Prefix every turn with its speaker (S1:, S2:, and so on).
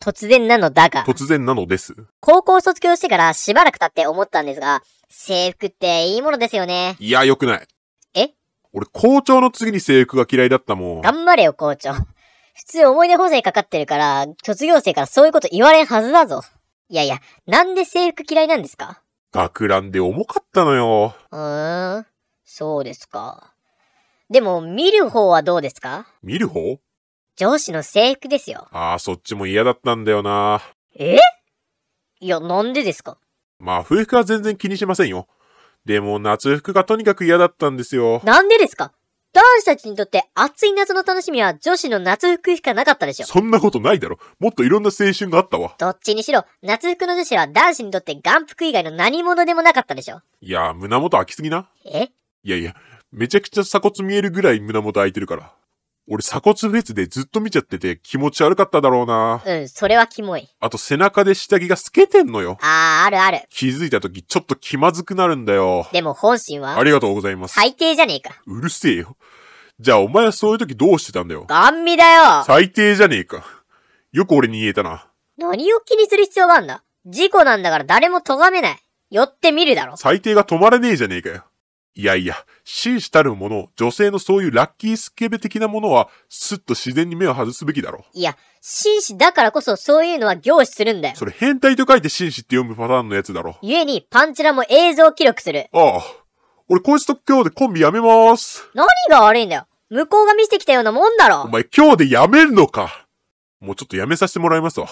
S1: 突然なのだが、
S2: 突然なのです。
S1: 高校卒業してからしばらく経って思ったんですが、制服っていいものですよね。
S2: いや、良くない。
S1: え
S2: 俺、校長の次に制服が嫌いだったもん。
S1: 頑張れよ、校長。普通思い出補正かかってるから、卒業生からそういうこと言われんはずだぞ。いやいや、なんで制服嫌いなんですか
S2: 学ランで重かったのよ。
S1: うーん、そうですか。でも、見る方はどうですか
S2: 見る方
S1: 上司の制服ですよ。
S2: ああ、そっちも嫌だったんだよな。
S1: えいや、なんでですか
S2: まあ、冬服は全然気にしませんよ。でも、夏服がとにかく嫌だったんですよ。
S1: なんでですか男子たちにとって暑い夏の楽しみは女子の夏服しかなかったでしょ。
S2: そんなことないだろ。もっといろんな青春があったわ。
S1: どっちにしろ、夏服の女子は男子にとって眼福以外の何者でもなかったでしょ。
S2: いや、胸元開きすぎな。
S1: え
S2: いやいや、めちゃくちゃ鎖骨見えるぐらい胸元開いてるから。俺、鎖骨フェスでずっと見ちゃってて気持ち悪かっただろうな。
S1: うん、それはキモい。
S2: あと、背中で下着が透けてんのよ。
S1: あー、あるある。
S2: 気づいた時ちょっと気まずくなるんだよ。
S1: でも本心は
S2: ありがとうございます。
S1: 最低じゃねえか。
S2: うるせえよ。じゃあお前はそういう時どうしてたんだよ。
S1: ガン見だよ
S2: 最低じゃねえか。よく俺に言えたな。
S1: 何を気にする必要があんだ事故なんだから誰も咎めない。寄ってみるだろ。
S2: 最低が止まらねえじゃねえかよ。いやいや、紳士たるもの、女性のそういうラッキースケベ的なものは、すっと自然に目を外すべきだろ。
S1: いや、紳士だからこそそういうのは凝視するんだよ。
S2: それ変態と書いて紳士って読むパターンのやつだろ。
S1: 故にパンチラも映像記録する。
S2: ああ、俺こいつと今日でコンビやめまーす。
S1: 何が悪いんだよ。向こうが見せてきたようなもんだ
S2: お
S1: ろ。
S2: 前今日でやめるのか。もうちょっとやめさせてもらいますわ。